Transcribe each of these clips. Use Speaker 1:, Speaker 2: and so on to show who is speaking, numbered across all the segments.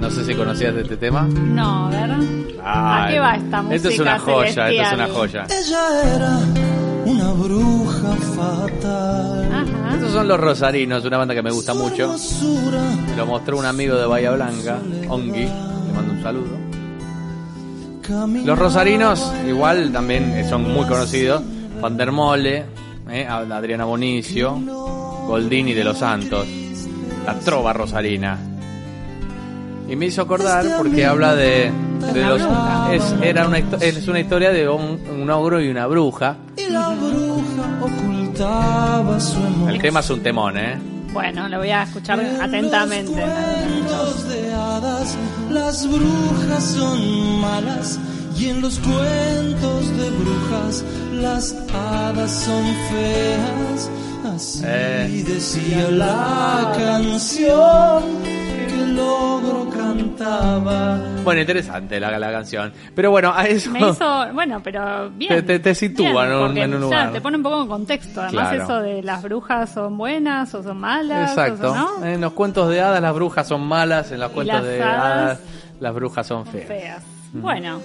Speaker 1: No sé si conocías de este tema.
Speaker 2: No, a ver. Ah, ¿A qué va esta música?
Speaker 1: Esto es una joya, esto es una
Speaker 2: celestial?
Speaker 1: joya.
Speaker 3: Ella era una bruja fatal.
Speaker 2: Ajá.
Speaker 1: Estos son Los Rosarinos, una banda que me gusta
Speaker 3: Su
Speaker 1: mucho.
Speaker 3: hermosura
Speaker 1: Me lo mostró un amigo de Bahía Blanca, Ongi. Le mando un saludo.
Speaker 3: caminaba
Speaker 1: Los Rosarinos, igual, también eh, son muy conocidos. Van der Mole, eh, Adriana Bonicio, Goldini de los Santos. La trova rosarina. Y me hizo acordar porque habla de, de los... Es, era una, histo- es una historia de un- un ogro y una bruja.
Speaker 3: Y la bruja ocultaba su amor.
Speaker 1: El tema es un temón, ¿eh?
Speaker 2: Bueno, lo voy a escuchar atentamente.
Speaker 3: Cuentos de hadas, las brujas son malas. Y en los cuentos de brujas, las hadas son feas. Así
Speaker 1: Eh.
Speaker 3: decía la canción que el ogro cantaba.
Speaker 1: Bueno, interesante la, la canción. Pero bueno, a eso...
Speaker 2: Me hizo, bueno, pero bien.
Speaker 1: Te- te- te sitúa
Speaker 2: Bien,
Speaker 1: en un-
Speaker 2: porque
Speaker 1: en un
Speaker 2: ya
Speaker 1: lugar.
Speaker 2: Te pone un poco en contexto. Además,
Speaker 1: Claro.
Speaker 2: eso de las brujas son buenas o son malas. o son-
Speaker 1: Exacto. Eh,
Speaker 2: ¿no?
Speaker 1: En los cuentos de hadas las brujas son malas, en los
Speaker 2: Y
Speaker 1: cuentos
Speaker 2: las
Speaker 1: de
Speaker 2: hadas
Speaker 1: hadas las brujas son
Speaker 2: Son
Speaker 1: feas.
Speaker 2: feas. Bueno,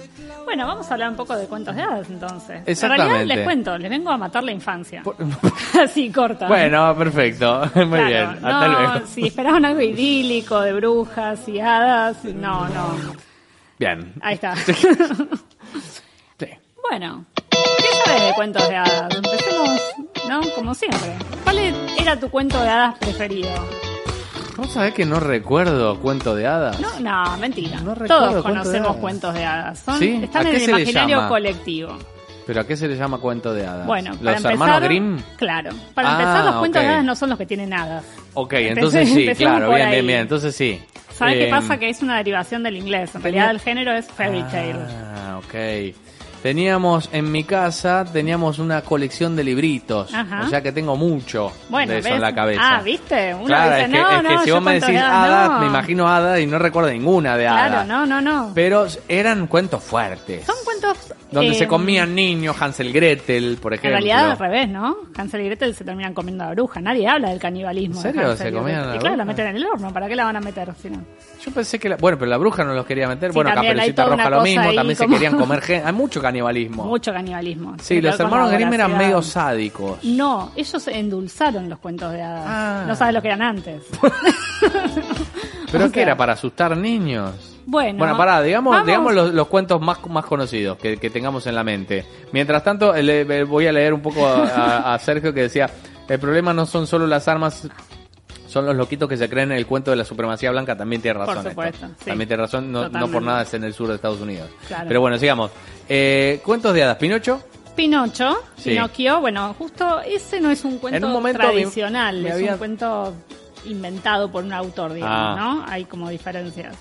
Speaker 2: bueno, vamos a hablar un poco de cuentos de hadas entonces. En
Speaker 1: Exactamente.
Speaker 2: realidad les cuento, les vengo a matar la infancia.
Speaker 1: Por-
Speaker 2: Así corta.
Speaker 1: Bueno, perfecto. Muy
Speaker 2: Claro,
Speaker 1: bien. Hasta
Speaker 2: no,
Speaker 1: luego.
Speaker 2: Si esperaban algo idílico de brujas y hadas, no, no.
Speaker 1: Bien.
Speaker 2: Ahí está.
Speaker 1: Sí.
Speaker 2: bueno, ¿qué sabes de cuentos de hadas? Empecemos, ¿no? Como siempre. ¿Cuál e-, era tu cuento de hadas preferido?
Speaker 1: ¿Vos sabés que no recuerdo cuento de hadas?
Speaker 2: No, no, mentira.
Speaker 1: No recuerdo
Speaker 2: Todos
Speaker 1: cuento de
Speaker 2: conocemos
Speaker 1: hadas.
Speaker 2: cuentos de hadas. Son-
Speaker 1: ¿Sí? ¿A
Speaker 2: Están
Speaker 1: qué
Speaker 2: en el
Speaker 1: se le
Speaker 2: imaginario
Speaker 1: llama?
Speaker 2: colectivo.
Speaker 1: ¿Pero a qué se le llama cuento de hadas?
Speaker 2: Bueno,
Speaker 1: ¿Los
Speaker 2: para empezar,
Speaker 1: hermanos Grimm?
Speaker 2: Claro. Para
Speaker 1: Ah,
Speaker 2: empezar, los cuentos
Speaker 1: ok.
Speaker 2: de hadas no son los que tienen hadas.
Speaker 1: Ok,
Speaker 2: Empecé-
Speaker 1: entonces sí,
Speaker 2: empecemos
Speaker 1: claro.
Speaker 2: por
Speaker 1: Bien,
Speaker 2: ahí.
Speaker 1: bien, bien. Entonces sí.
Speaker 2: ¿Sabes qué
Speaker 1: Eh,
Speaker 2: pasa? Que es una derivación del inglés.
Speaker 1: tenía-
Speaker 2: En realidad, el género es fairy tale.
Speaker 1: Ah, ok. Teníamos en mi casa, teníamos una colección de libritos.
Speaker 2: Ajá.
Speaker 1: O sea que tengo mucho
Speaker 2: Bueno,
Speaker 1: de eso
Speaker 2: ¿ves?
Speaker 1: en la cabeza.
Speaker 2: Ah, ¿viste? Uno
Speaker 1: claro,
Speaker 2: dice,
Speaker 1: es que,
Speaker 2: no,
Speaker 1: es que
Speaker 2: no,
Speaker 1: si
Speaker 2: yo
Speaker 1: vos me
Speaker 2: cuento
Speaker 1: decís
Speaker 2: de hadas,
Speaker 1: hadas,
Speaker 2: no.
Speaker 1: me imagino hadas y no recuerdo ninguna de hadas.
Speaker 2: Claro, no, no, no.
Speaker 1: Pero eran cuentos fuertes.
Speaker 2: Son cuentos...
Speaker 1: Donde
Speaker 2: eh,
Speaker 1: se comían niños, Hansel Gretel, por
Speaker 2: En
Speaker 1: ejemplo.
Speaker 2: realidad al revés, ¿no? Hansel y Gretel se terminan comiendo a la bruja. Nadie habla del canibalismo.
Speaker 1: ¿En
Speaker 2: de
Speaker 1: serio?
Speaker 2: Hansel
Speaker 1: ¿Se
Speaker 2: y
Speaker 1: comían a
Speaker 2: Gretel.
Speaker 1: la
Speaker 2: Y claro, la
Speaker 1: bruja?
Speaker 2: meten en el horno. ¿Para qué la van a meter si no?
Speaker 1: Yo pensé que. la- bueno, pero la bruja no los quería meter.
Speaker 2: Sí,
Speaker 1: bueno,
Speaker 2: también hay
Speaker 1: Caperucita
Speaker 2: toda una
Speaker 1: Roja lo
Speaker 2: cosa
Speaker 1: mismo.
Speaker 2: ahí
Speaker 1: También se
Speaker 2: como-
Speaker 1: querían comer gente. Hay mucho canibalismo.
Speaker 2: Mucho canibalismo.
Speaker 1: Sí,
Speaker 2: Tiene que
Speaker 1: los
Speaker 2: ver con la
Speaker 1: hermanos Grimm eran
Speaker 2: voracidad.
Speaker 1: medio sádicos.
Speaker 2: No, ellos endulzaron los cuentos de hadas.
Speaker 1: Ah.
Speaker 2: No sabes lo que eran antes.
Speaker 1: ¿Pero
Speaker 2: O
Speaker 1: qué
Speaker 2: sea,
Speaker 1: era? ¿Para asustar niños?
Speaker 2: Bueno,
Speaker 1: Bueno, pará, digamos,
Speaker 2: vamos.
Speaker 1: digamos los, los cuentos más, más conocidos que, que tengamos en la mente. Mientras tanto, le- le voy a leer un poco a, a- a Sergio que decía, el problema no son solo las armas, son los loquitos que se creen en el cuento de la supremacía blanca, también tiene
Speaker 2: Por
Speaker 1: razón. esto.
Speaker 2: supuesto, sí.
Speaker 1: También tiene razón, no, no por
Speaker 2: Totalmente.
Speaker 1: nada es en el sur de Estados Unidos.
Speaker 2: Claro.
Speaker 1: Pero bueno, sigamos. Eh, cuentos de hadas, Pinocho.
Speaker 2: Pinocho,
Speaker 1: Sí.
Speaker 2: Pinocchio, bueno, justo ese no es un cuento
Speaker 1: En un momento me-
Speaker 2: tradicional,
Speaker 1: me
Speaker 2: es
Speaker 1: había-
Speaker 2: un cuento inventado por un autor,
Speaker 1: Ah.
Speaker 2: digamos, ¿no? Hay como diferencias.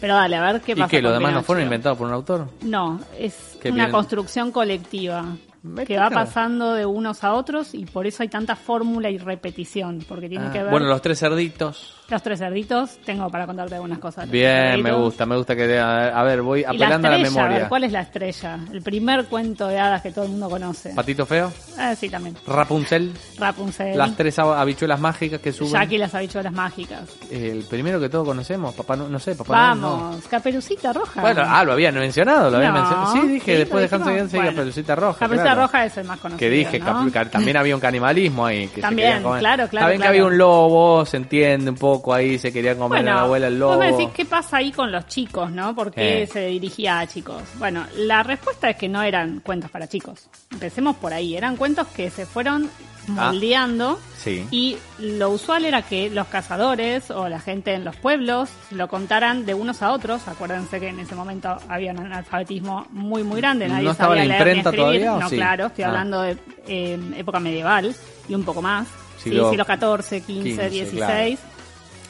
Speaker 2: Pero dale, a ver qué
Speaker 1: ¿Y
Speaker 2: pasa.
Speaker 1: que los
Speaker 2: con
Speaker 1: demás no
Speaker 2: Pinocho.
Speaker 1: fueron inventados por un autor?
Speaker 2: No, es
Speaker 1: Que
Speaker 2: una
Speaker 1: vienen-
Speaker 2: construcción colectiva
Speaker 1: Me
Speaker 2: que va
Speaker 1: pica.
Speaker 2: pasando de unos a otros y por eso hay tanta fórmula y repetición, porque tiene
Speaker 1: Ah,
Speaker 2: que ver
Speaker 1: Bueno, los tres cerditos.
Speaker 2: los tres cerditos, tengo para contarte algunas cosas. Los Tres
Speaker 1: Bien, me
Speaker 2: Cerditos.
Speaker 1: gusta, me gusta que... A ver, voy
Speaker 2: Y la
Speaker 1: apelando
Speaker 2: estrella,
Speaker 1: a la
Speaker 2: a
Speaker 1: memoria.
Speaker 2: ver, ¿cuál es la estrella? El primer cuento de hadas que todo el mundo conoce.
Speaker 1: Patito Feo,
Speaker 2: Ah, sí, también.
Speaker 1: Rapunzel,
Speaker 2: Rapunzel.
Speaker 1: las tres hab- habichuelas mágicas que suben.
Speaker 2: Jackie y las habichuelas mágicas.
Speaker 1: El primero que todos conocemos, papá, no, no sé, papá. Noel,
Speaker 2: Vamos, Caperucita Roja.
Speaker 1: no. Bueno, ah, lo habían mencionado, lo habían
Speaker 2: No,
Speaker 1: mencionado. Sí, dije,
Speaker 2: sí,
Speaker 1: después
Speaker 2: lo
Speaker 1: de Hans
Speaker 2: dijimos.
Speaker 1: Jensen y
Speaker 2: Bueno.
Speaker 1: Caperucita Roja.
Speaker 2: Caperucita
Speaker 1: claro.
Speaker 2: Roja es el más conocido.
Speaker 1: Que dije,
Speaker 2: ¿no?
Speaker 1: cap- ca- también había un canibalismo ahí. Que se
Speaker 2: También,
Speaker 1: querían comer.
Speaker 2: claro, claro,
Speaker 1: Saben
Speaker 2: claro.
Speaker 1: que había un lobo, se entiende un poco ahí, se quería comer a la abuela el lobo.
Speaker 2: vos me decís, ¿qué pasa ahí con los chicos, no? ¿Por qué
Speaker 1: Eh.
Speaker 2: se dirigía a chicos? Bueno, la respuesta es que no eran cuentos para chicos. Empecemos por ahí. Eran cuentos que se fueron moldeando.
Speaker 1: Ah, Sí.
Speaker 2: Y lo usual era que los cazadores o la gente en los pueblos lo contaran de unos a otros. Acuérdense que en ese momento había un analfabetismo muy, muy grande. Nadie
Speaker 1: ¿No estaba
Speaker 2: sabía
Speaker 1: la
Speaker 2: leer ni
Speaker 1: imprenta
Speaker 2: escribir.
Speaker 1: todavía o
Speaker 2: No,
Speaker 1: sí?
Speaker 2: claro, estoy
Speaker 1: Ah.
Speaker 2: hablando de eh, época medieval y un poco más. Sí,
Speaker 1: Siglo-
Speaker 2: siglo XIV, XV,
Speaker 1: 15,
Speaker 2: XVI.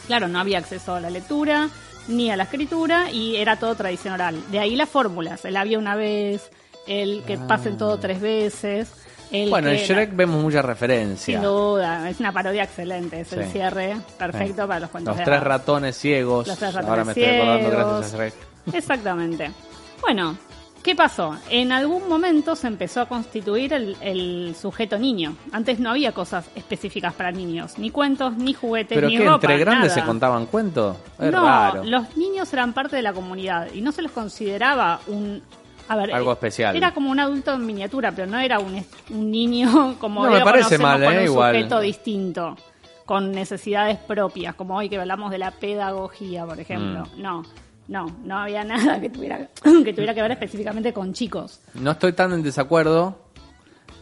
Speaker 2: Claro, no había acceso a la lectura ni a la escritura y era todo tradición oral. De ahí las fórmulas, el había una vez, el que pasen todo tres veces. El
Speaker 1: Ah. Bueno, en
Speaker 2: que la-
Speaker 1: Shrek vemos muchas referencias.
Speaker 2: sin duda, es una parodia excelente, es el
Speaker 1: Sí.
Speaker 2: cierre perfecto
Speaker 1: Sí.
Speaker 2: para los cuentos
Speaker 1: Los
Speaker 2: de
Speaker 1: tres
Speaker 2: hadas.
Speaker 1: ratones ciegos.
Speaker 2: Los tres
Speaker 1: Ahora
Speaker 2: ratones
Speaker 1: me estoy acordando gracias a
Speaker 2: ciegos.
Speaker 1: Shrek.
Speaker 2: Exactamente. Bueno, ¿Qué pasó? En algún momento se empezó a constituir el, el sujeto niño. Antes no había cosas específicas para niños, ni cuentos, ni juguetes,
Speaker 1: Pero
Speaker 2: ni
Speaker 1: que
Speaker 2: ropa,
Speaker 1: entre grandes
Speaker 2: nada.
Speaker 1: se contaban cuentos. Es
Speaker 2: no,
Speaker 1: raro.
Speaker 2: los niños eran parte de la comunidad y no se los consideraba un... A ver,
Speaker 1: Algo
Speaker 2: eh,
Speaker 1: especial.
Speaker 2: Era como un adulto en miniatura, pero no era un, es- un niño como
Speaker 1: No,
Speaker 2: hoy
Speaker 1: me
Speaker 2: lo
Speaker 1: parece
Speaker 2: conocemos,
Speaker 1: mal,
Speaker 2: con
Speaker 1: eh,
Speaker 2: un
Speaker 1: igual.
Speaker 2: sujeto distinto, con necesidades propias, como hoy que hablamos de la pedagogía, por ejemplo.
Speaker 1: Mm.
Speaker 2: No, no, no había nada que tuviera, que tuviera que ver específicamente con chicos.
Speaker 1: No estoy tan en desacuerdo.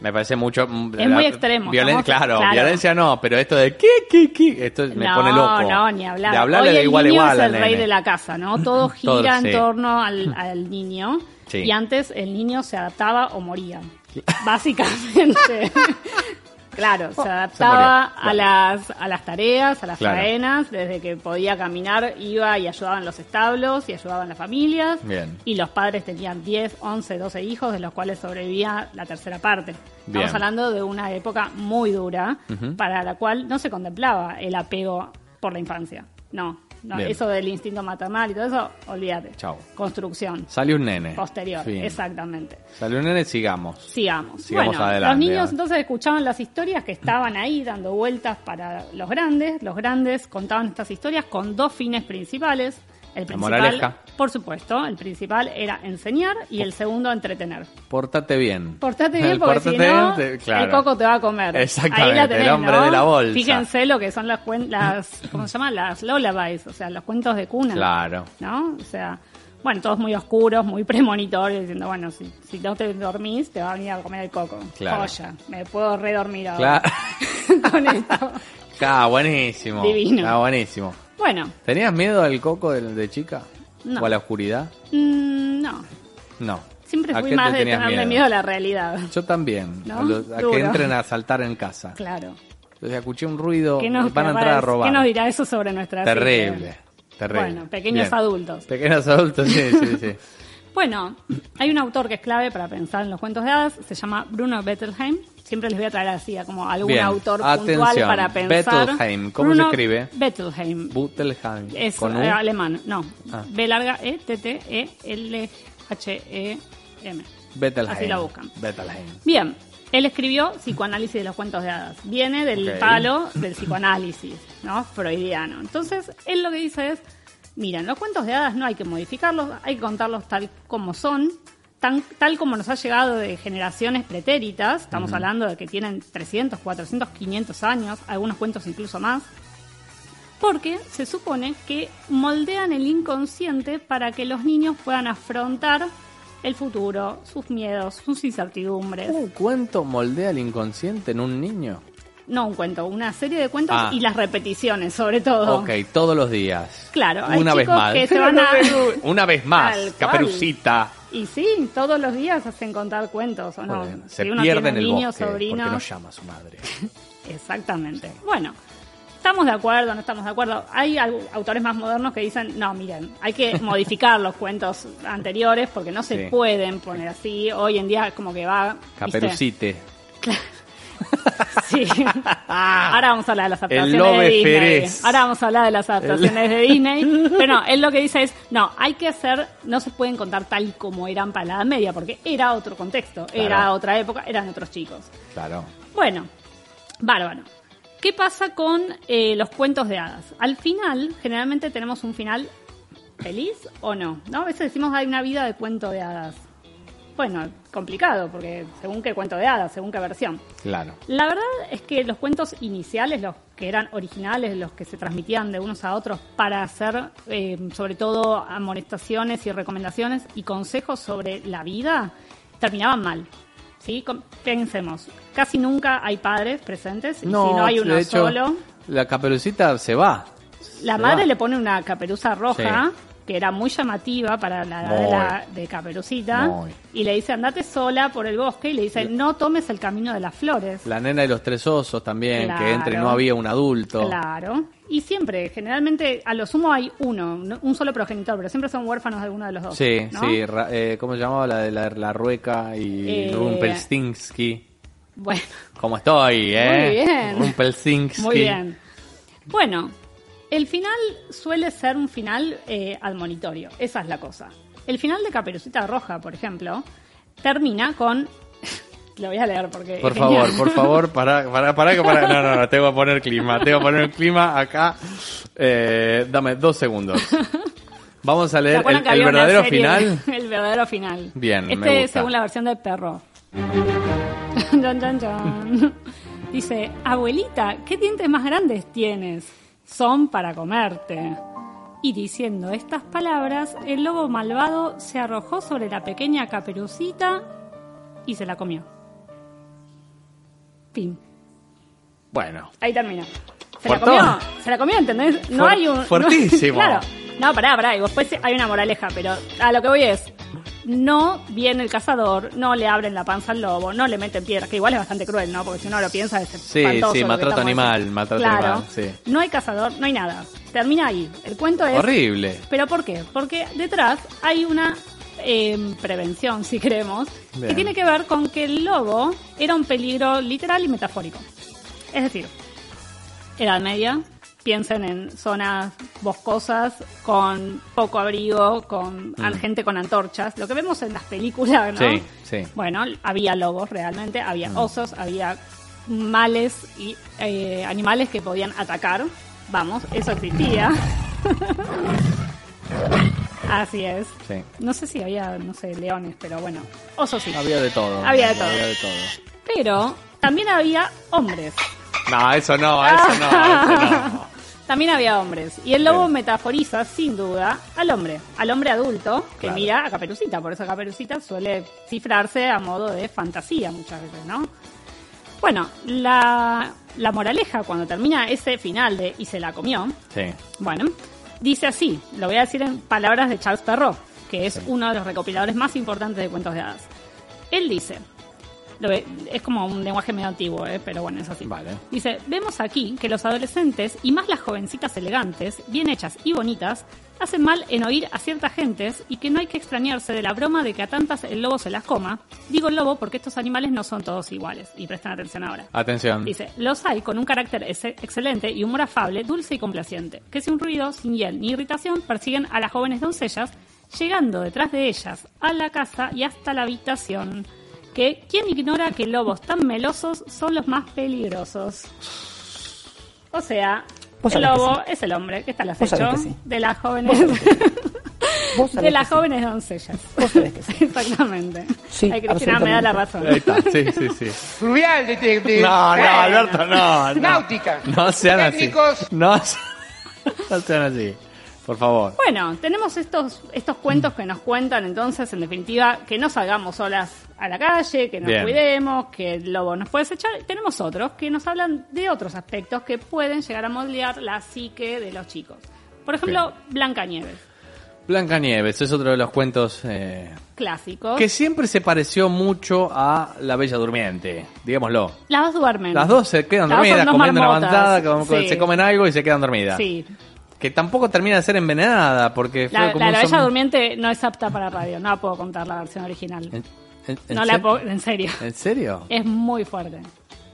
Speaker 1: Me parece mucho. mm,
Speaker 2: Es muy extremo,
Speaker 1: violen-
Speaker 2: estamos-
Speaker 1: claro,
Speaker 2: claro.
Speaker 1: violencia no, pero esto de qué, qué, qué. Esto me
Speaker 2: no,
Speaker 1: pone loco.
Speaker 2: No, ni hablar.
Speaker 1: De hablarle
Speaker 2: Hoy
Speaker 1: de
Speaker 2: el
Speaker 1: igual a
Speaker 2: niño
Speaker 1: igual.
Speaker 2: es
Speaker 1: al
Speaker 2: el rey
Speaker 1: nene.
Speaker 2: de la casa, ¿no? Todo gira
Speaker 1: Todo,
Speaker 2: en
Speaker 1: sí.
Speaker 2: torno al, al niño.
Speaker 1: Sí.
Speaker 2: Y antes el niño se adaptaba o moría, básicamente. Claro, se adaptaba
Speaker 1: murió.
Speaker 2: a, las, a las tareas, a las
Speaker 1: Claro.
Speaker 2: faenas, desde que podía caminar iba y ayudaba en los establos y ayudaba en las familias.
Speaker 1: Bien.
Speaker 2: Y los padres tenían 10, 11, 12 hijos, de los cuales sobrevivía la tercera parte.
Speaker 1: Bien.
Speaker 2: Estamos hablando de una época muy dura para la cual no se contemplaba el apego por la infancia. No, no,
Speaker 1: Bien.
Speaker 2: eso del instinto maternal y todo eso, olvídate.
Speaker 1: Chau.
Speaker 2: Construcción
Speaker 1: Sale un nene.
Speaker 2: posterior,
Speaker 1: Bien.
Speaker 2: exactamente.
Speaker 1: Sale un nene, sigamos.
Speaker 2: Sigamos.
Speaker 1: Sigamos
Speaker 2: bueno,
Speaker 1: adelante,
Speaker 2: los niños
Speaker 1: digamos.
Speaker 2: entonces escuchaban las historias que estaban ahí dando vueltas para los grandes. Los grandes contaban estas historias con dos fines principales. El principal,
Speaker 1: moraleja. Oh.
Speaker 2: por supuesto, el principal era enseñar y el segundo entretener.
Speaker 1: Portate bien.
Speaker 2: Portate bien
Speaker 1: El
Speaker 2: porque si
Speaker 1: portate
Speaker 2: no,
Speaker 1: bien, te- claro.
Speaker 2: el coco te va a comer.
Speaker 1: Exactamente,
Speaker 2: Ahí la tenés,
Speaker 1: el hombre
Speaker 2: ¿no?
Speaker 1: de la bolsa.
Speaker 2: Fíjense lo que son las, cuen- las ¿cómo se llama? Las lullabies, o sea, los cuentos de cuna.
Speaker 1: Claro.
Speaker 2: ¿No? O sea, bueno, todos muy oscuros, muy premonitorios, diciendo, bueno, si, si no te dormís, te va a venir a comer el coco.
Speaker 1: Claro.
Speaker 2: Joya, me puedo redormir ahora.
Speaker 1: Claro.
Speaker 2: Con esto.
Speaker 1: Está Ah, buenísimo.
Speaker 2: Divino.
Speaker 1: Está buenísimo.
Speaker 2: Bueno,
Speaker 1: ¿Tenías miedo al coco de, de chica?
Speaker 2: No.
Speaker 1: ¿O a la oscuridad?
Speaker 2: mm, no.
Speaker 1: No.
Speaker 2: Siempre
Speaker 1: ¿A qué
Speaker 2: fui
Speaker 1: te
Speaker 2: más de
Speaker 1: tenías
Speaker 2: tenerle miedo a la realidad.
Speaker 1: Yo también.
Speaker 2: ¿No?
Speaker 1: A, los- a
Speaker 2: Duro.
Speaker 1: que entren a saltar en casa.
Speaker 2: Claro.
Speaker 1: Entonces escuché un ruido,
Speaker 2: ¿Qué nos,
Speaker 1: van a entrar a robar.
Speaker 2: ¿Qué nos dirá eso sobre nuestra
Speaker 1: Terrible,
Speaker 2: psique?
Speaker 1: terrible.
Speaker 2: ¿eh? Bueno, pequeños
Speaker 1: Bien.
Speaker 2: adultos.
Speaker 1: Pequeños adultos, sí, sí, sí.
Speaker 2: Bueno, hay un autor que es clave para pensar en los cuentos de hadas, se llama Bruno Bettelheim. Siempre les voy a traer así a como algún
Speaker 1: Bien,
Speaker 2: autor puntual
Speaker 1: atención,
Speaker 2: para pensar.
Speaker 1: Bettelheim, ¿cómo se
Speaker 2: Bruno
Speaker 1: escribe?
Speaker 2: Bettelheim.
Speaker 1: Butelheim.
Speaker 2: Es
Speaker 1: con U.
Speaker 2: eh, alemán, no.
Speaker 1: Ah.
Speaker 2: B larga E T T E L H E M.
Speaker 1: Bettelheim.
Speaker 2: así la buscan.
Speaker 1: Bettelheim.
Speaker 2: Bien, él escribió Psicoanálisis de los cuentos de hadas. Viene del
Speaker 1: Ok.
Speaker 2: palo del psicoanálisis, ¿no? Freudiano. Entonces, él lo que dice es, miren, los cuentos de hadas no hay que modificarlos, hay que contarlos tal como son, tan, tal como nos ha llegado de generaciones pretéritas, estamos hablando de que tienen 300, 400, 500 años, algunos cuentos incluso más, porque se supone que moldean el inconsciente para que los niños puedan afrontar el futuro, sus miedos, sus incertidumbres.
Speaker 1: ¿Un cuento moldea el inconsciente en un niño?
Speaker 2: No un cuento, una serie de cuentos
Speaker 1: Ah.
Speaker 2: y las repeticiones, sobre todo.
Speaker 1: Ok, todos los días.
Speaker 2: Oh. Claro, hay
Speaker 1: Una vez
Speaker 2: chicos
Speaker 1: más.
Speaker 2: que se van a-
Speaker 1: Una vez más,
Speaker 2: Tal cual.
Speaker 1: caperucita.
Speaker 2: Y sí, todos los días hacen contar cuentos, ¿o no?
Speaker 1: Muy bien, Se
Speaker 2: Si uno
Speaker 1: pierde en
Speaker 2: tiene
Speaker 1: el
Speaker 2: niños,
Speaker 1: bosque
Speaker 2: sobrinos.
Speaker 1: porque no llama a su madre.
Speaker 2: Exactamente. Bueno, estamos de acuerdo, no estamos de acuerdo. Hay al- autores más modernos que dicen, no, miren, hay que modificar los cuentos anteriores porque no se
Speaker 1: Sí.
Speaker 2: pueden poner así. Hoy en día como que va... ¿viste?
Speaker 1: Caperucite.
Speaker 2: Sí. Ahora vamos a hablar de las
Speaker 1: El
Speaker 2: adaptaciones
Speaker 1: Lobe
Speaker 2: de Disney.
Speaker 1: Ferez.
Speaker 2: Ahora vamos a hablar de las adaptaciones de Disney. Pero no, él lo que dice es, no, hay que hacer, no se pueden contar tal como eran para la Edad Media, porque era otro contexto, era
Speaker 1: Claro.
Speaker 2: otra época, eran otros chicos.
Speaker 1: Claro.
Speaker 2: Bueno, bárbaro. ¿Qué pasa con eh, los cuentos de hadas? Al final, generalmente tenemos un final feliz o no, ¿no? A veces decimos hay una vida de cuento de hadas. Bueno, complicado, porque según qué cuento de hadas, según qué versión.
Speaker 1: Claro.
Speaker 2: La verdad es que los cuentos iniciales, los que eran originales, los que se transmitían de unos a otros para hacer eh, sobre todo amonestaciones y recomendaciones y consejos sobre la vida, terminaban mal. ¿Sí? Com- Pensemos, casi nunca hay padres presentes, y si no hay uno
Speaker 1: de hecho,
Speaker 2: solo,
Speaker 1: La caperucita se va.
Speaker 2: la
Speaker 1: se
Speaker 2: madre
Speaker 1: va.
Speaker 2: le pone una caperuza roja.
Speaker 1: Sí.
Speaker 2: que era muy llamativa para la edad de,
Speaker 1: Muy.
Speaker 2: la- de Caperucita,
Speaker 1: Muy.
Speaker 2: y le dice, andate sola por el bosque, y le dice, no tomes el camino de las flores.
Speaker 1: La nena y los tres osos también,
Speaker 2: Claro.
Speaker 1: que entre no había un adulto.
Speaker 2: Claro. Y siempre, generalmente, a lo sumo hay uno, no- un solo progenitor, pero siempre son huérfanos de alguno de los dos.
Speaker 1: Sí,
Speaker 2: ¿no?
Speaker 1: sí, ra- eh, ¿cómo se llamaba la de la, la rueca y
Speaker 2: Eh,
Speaker 1: Rumpelstinsky?
Speaker 2: Bueno,
Speaker 1: ¿Cómo estoy, eh?
Speaker 2: bien.
Speaker 1: Rumpelstinsky.
Speaker 2: muy bien. Bueno, el final suele ser un final eh, admonitorio. Esa es la cosa. El final de Caperucita Roja, por ejemplo, termina con. Lo voy a leer porque.
Speaker 1: Por
Speaker 2: es Eh, genial.
Speaker 1: favor, por favor, para, para, para, que para. No, no, no, tengo que poner clima, tengo que poner clima acá. Eh, dame dos segundos. Vamos a
Speaker 2: ¿Se
Speaker 1: leer
Speaker 2: acuerdan
Speaker 1: el,
Speaker 2: que
Speaker 1: el
Speaker 2: había una
Speaker 1: verdadero
Speaker 2: serie-
Speaker 1: final.
Speaker 2: El verdadero final.
Speaker 1: Bien, me
Speaker 2: Este
Speaker 1: gusta.
Speaker 2: es según la versión del perro. Dun, dun, dun. Dice, abuelita, ¿qué dientes más grandes tienes? Son para comerte. Y diciendo estas palabras, el lobo malvado se arrojó sobre la pequeña caperucita y se la comió. Pim.
Speaker 1: Bueno,
Speaker 2: Ahí termina. Se
Speaker 1: Fuertón.
Speaker 2: la comió, se la comió, ¿entendés? No
Speaker 1: Fuer-
Speaker 2: hay un. no-
Speaker 1: fuertísimo.
Speaker 2: claro. No, pará, pará, y después hay una moraleja, pero a lo que voy es. No viene el cazador, no le abren la panza al lobo, no le meten piedras, que igual es bastante cruel, ¿no? Porque si uno lo piensa es
Speaker 1: Sí,
Speaker 2: espantoso
Speaker 1: sí,
Speaker 2: lo que
Speaker 1: maltrato
Speaker 2: estamos
Speaker 1: animal,
Speaker 2: haciendo.
Speaker 1: maltrato
Speaker 2: Claro.
Speaker 1: animal, sí.
Speaker 2: No hay cazador, no hay nada. Termina ahí. El cuento es.
Speaker 1: horrible.
Speaker 2: ¿Pero por qué? Porque detrás hay una eh, prevención, si queremos, que
Speaker 1: Bien.
Speaker 2: tiene que ver con que el lobo era un peligro literal y metafórico. Es decir, Edad Media, piensen en zonas boscosas, con poco abrigo, con
Speaker 1: Mm.
Speaker 2: gente con antorchas, lo que vemos en las películas, ¿no?
Speaker 1: Sí, sí. Mm.
Speaker 2: Bueno, había lobos realmente, había osos, había males y eh, animales que podían atacar. Vamos, eso existía. Así es.
Speaker 1: Sí.
Speaker 2: No sé si había, no sé, leones, pero bueno, osos sí.
Speaker 1: Había de todo.
Speaker 2: Había de todo.
Speaker 1: Había de todo.
Speaker 2: Pero también había hombres.
Speaker 1: No, eso no, eso no, eso no.
Speaker 2: También había hombres. Y el lobo
Speaker 1: Bien.
Speaker 2: metaforiza, sin duda, al hombre. Al hombre adulto que
Speaker 1: Claro.
Speaker 2: mira a Caperucita. Por eso Caperucita suele cifrarse a modo de fantasía muchas veces, ¿no? Bueno, la, la moraleja cuando termina ese final de Y se la comió,
Speaker 1: Sí.
Speaker 2: bueno, dice así, lo voy a decir en palabras de Charles Perrault, que es uno de los recopiladores más importantes de cuentos de hadas. Él dice, lo ve- es como un lenguaje medio antiguo, ¿eh? pero bueno, es así.
Speaker 1: Vale.
Speaker 2: Dice, vemos aquí que los adolescentes y más las jovencitas elegantes, bien hechas y bonitas, hacen mal en oír a ciertas gentes y que no hay que extrañarse de la broma de que a tantas el lobo se las coma. Digo lobo porque estos animales no son todos iguales. Y presten atención ahora.
Speaker 1: Atención.
Speaker 2: Dice, los hay con un carácter ex- excelente y humor afable, dulce y complaciente, que sin ruido, sin hiel ni irritación persiguen a las jóvenes doncellas, llegando detrás de ellas a la casa y hasta la habitación. Que quién ignora que lobos tan melosos son los más peligrosos. O sea,
Speaker 4: Vos
Speaker 2: el
Speaker 4: sabés que
Speaker 2: lobo es el hombre que está al
Speaker 4: Vos
Speaker 2: acecho
Speaker 4: sabés que sí.
Speaker 2: de las jóvenes
Speaker 4: Vos sabés
Speaker 2: de las
Speaker 4: que sí.
Speaker 2: jóvenes doncellas.
Speaker 4: Vos sabés que sí.
Speaker 2: Exactamente.
Speaker 4: Sí,
Speaker 2: Ay, Cristina me da la razón.
Speaker 1: Ahí está, sí, sí, sí.
Speaker 5: Fluvial de, de- de-
Speaker 1: No, no,
Speaker 2: Eh,
Speaker 5: Bueno,
Speaker 1: Alberto, no. no.
Speaker 5: Náutica.
Speaker 1: No sean así.
Speaker 5: Técnicos.
Speaker 1: No, se- no sean así. Por favor.
Speaker 2: Bueno, tenemos estos, estos cuentos que nos cuentan entonces, en definitiva, que no salgamos solas a la calle, que nos
Speaker 1: Bien.
Speaker 2: cuidemos, que el lobo nos puede acechar. Tenemos otros que nos hablan de otros aspectos que pueden llegar a moldear la psique de los chicos. Por ejemplo, Blancanieves,
Speaker 1: Blancanieves es otro de los cuentos eh,
Speaker 2: clásico.
Speaker 1: que siempre se pareció mucho a La Bella Durmiente, digámoslo.
Speaker 2: Las dos duermen.
Speaker 1: Las dos se quedan
Speaker 2: Las dos son
Speaker 1: dormidas,
Speaker 2: dos
Speaker 1: comiendo una
Speaker 2: marmotas,
Speaker 1: bandada, com- com-
Speaker 2: sí.
Speaker 1: se comen algo y se quedan dormidas.
Speaker 2: Sí.
Speaker 1: Que tampoco termina de ser envenenada, porque fue
Speaker 2: La,
Speaker 1: como
Speaker 2: la
Speaker 1: un
Speaker 2: Bella
Speaker 1: som-
Speaker 2: Durmiente no es apta para radio, no la puedo contar la versión original.
Speaker 1: ¿En, en- en
Speaker 2: no la
Speaker 1: serio?
Speaker 2: puedo, en serio.
Speaker 1: ¿En serio?
Speaker 2: Es muy fuerte.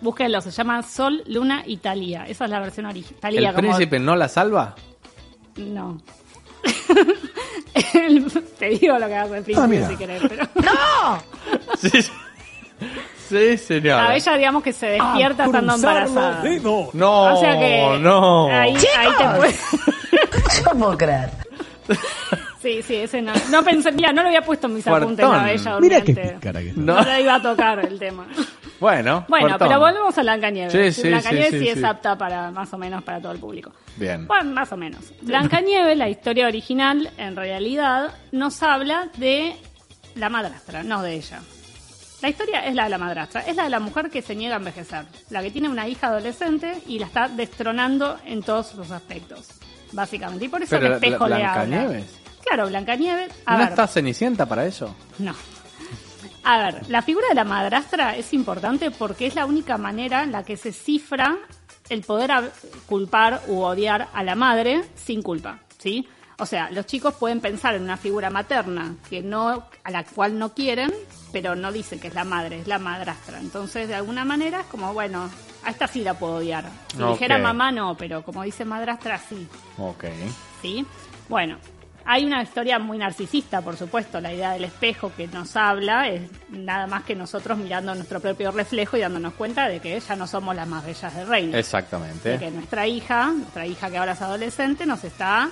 Speaker 2: Búsquenlo, se llama Sol, Luna y Talía. Esa es la versión original.
Speaker 1: ¿El príncipe no la salva?
Speaker 2: No. El- te digo lo que hace el
Speaker 6: Ah,
Speaker 2: príncipe si querés, pero.
Speaker 1: Sí, sí señor.
Speaker 2: A Ah, ella, digamos que se
Speaker 6: Ah,
Speaker 2: despierta estando embarazada.
Speaker 1: No,
Speaker 2: o sea que.
Speaker 1: no.
Speaker 2: Ahí, ahí te puedes.
Speaker 4: No puedo creer.
Speaker 2: Sí, sí, ese no. No pensé, mira, no lo había puesto en mis
Speaker 1: Cuartón.
Speaker 2: apuntes la bella
Speaker 6: Mira qué
Speaker 2: durmiente.
Speaker 6: pícara que está.
Speaker 1: No.
Speaker 2: No la iba a tocar el tema.
Speaker 1: Bueno,
Speaker 2: Bueno,
Speaker 1: cortón.
Speaker 2: pero volvemos a Blancanieves.
Speaker 1: Sí, sí,
Speaker 2: Blancanieves
Speaker 1: sí,
Speaker 2: sí,
Speaker 1: sí,
Speaker 2: es
Speaker 1: sí.
Speaker 2: apta para más o menos para todo el público.
Speaker 1: Bien.
Speaker 2: Bueno, más o menos. Blancanieves, la historia original, en realidad nos habla de la madrastra, no de ella. La historia es la de la madrastra, es la de la mujer que se niega a envejecer, la que tiene una hija adolescente y la está destronando en todos sus aspectos, básicamente. Y por eso
Speaker 1: Pero
Speaker 2: el
Speaker 1: la-
Speaker 2: espejo
Speaker 1: la-
Speaker 2: le habla.
Speaker 1: Blancanieves.
Speaker 2: Claro, Blancanieves. A
Speaker 1: ¿No
Speaker 2: ver,
Speaker 1: está Cenicienta para eso?
Speaker 2: no. A ver, la figura de la madrastra es importante porque es la única manera en la que se cifra el poder ab- culpar u odiar a la madre sin culpa, ¿sí? O sea, los chicos pueden pensar en una figura materna que no a la cual no quieren, pero no dicen que es la madre, es la madrastra. Entonces, de alguna manera es como, bueno, a esta sí la puedo odiar. Si dijera
Speaker 1: Ok.
Speaker 2: mamá no, pero como dice madrastra sí.
Speaker 1: Ok.
Speaker 2: ¿sí? Bueno, Hay una historia muy narcisista, por supuesto, la idea del espejo que nos habla es nada más que nosotros mirando nuestro propio reflejo y dándonos cuenta de que ya no somos las más bellas del reino.
Speaker 1: Exactamente.
Speaker 2: De que nuestra hija, nuestra hija que ahora es adolescente, nos está,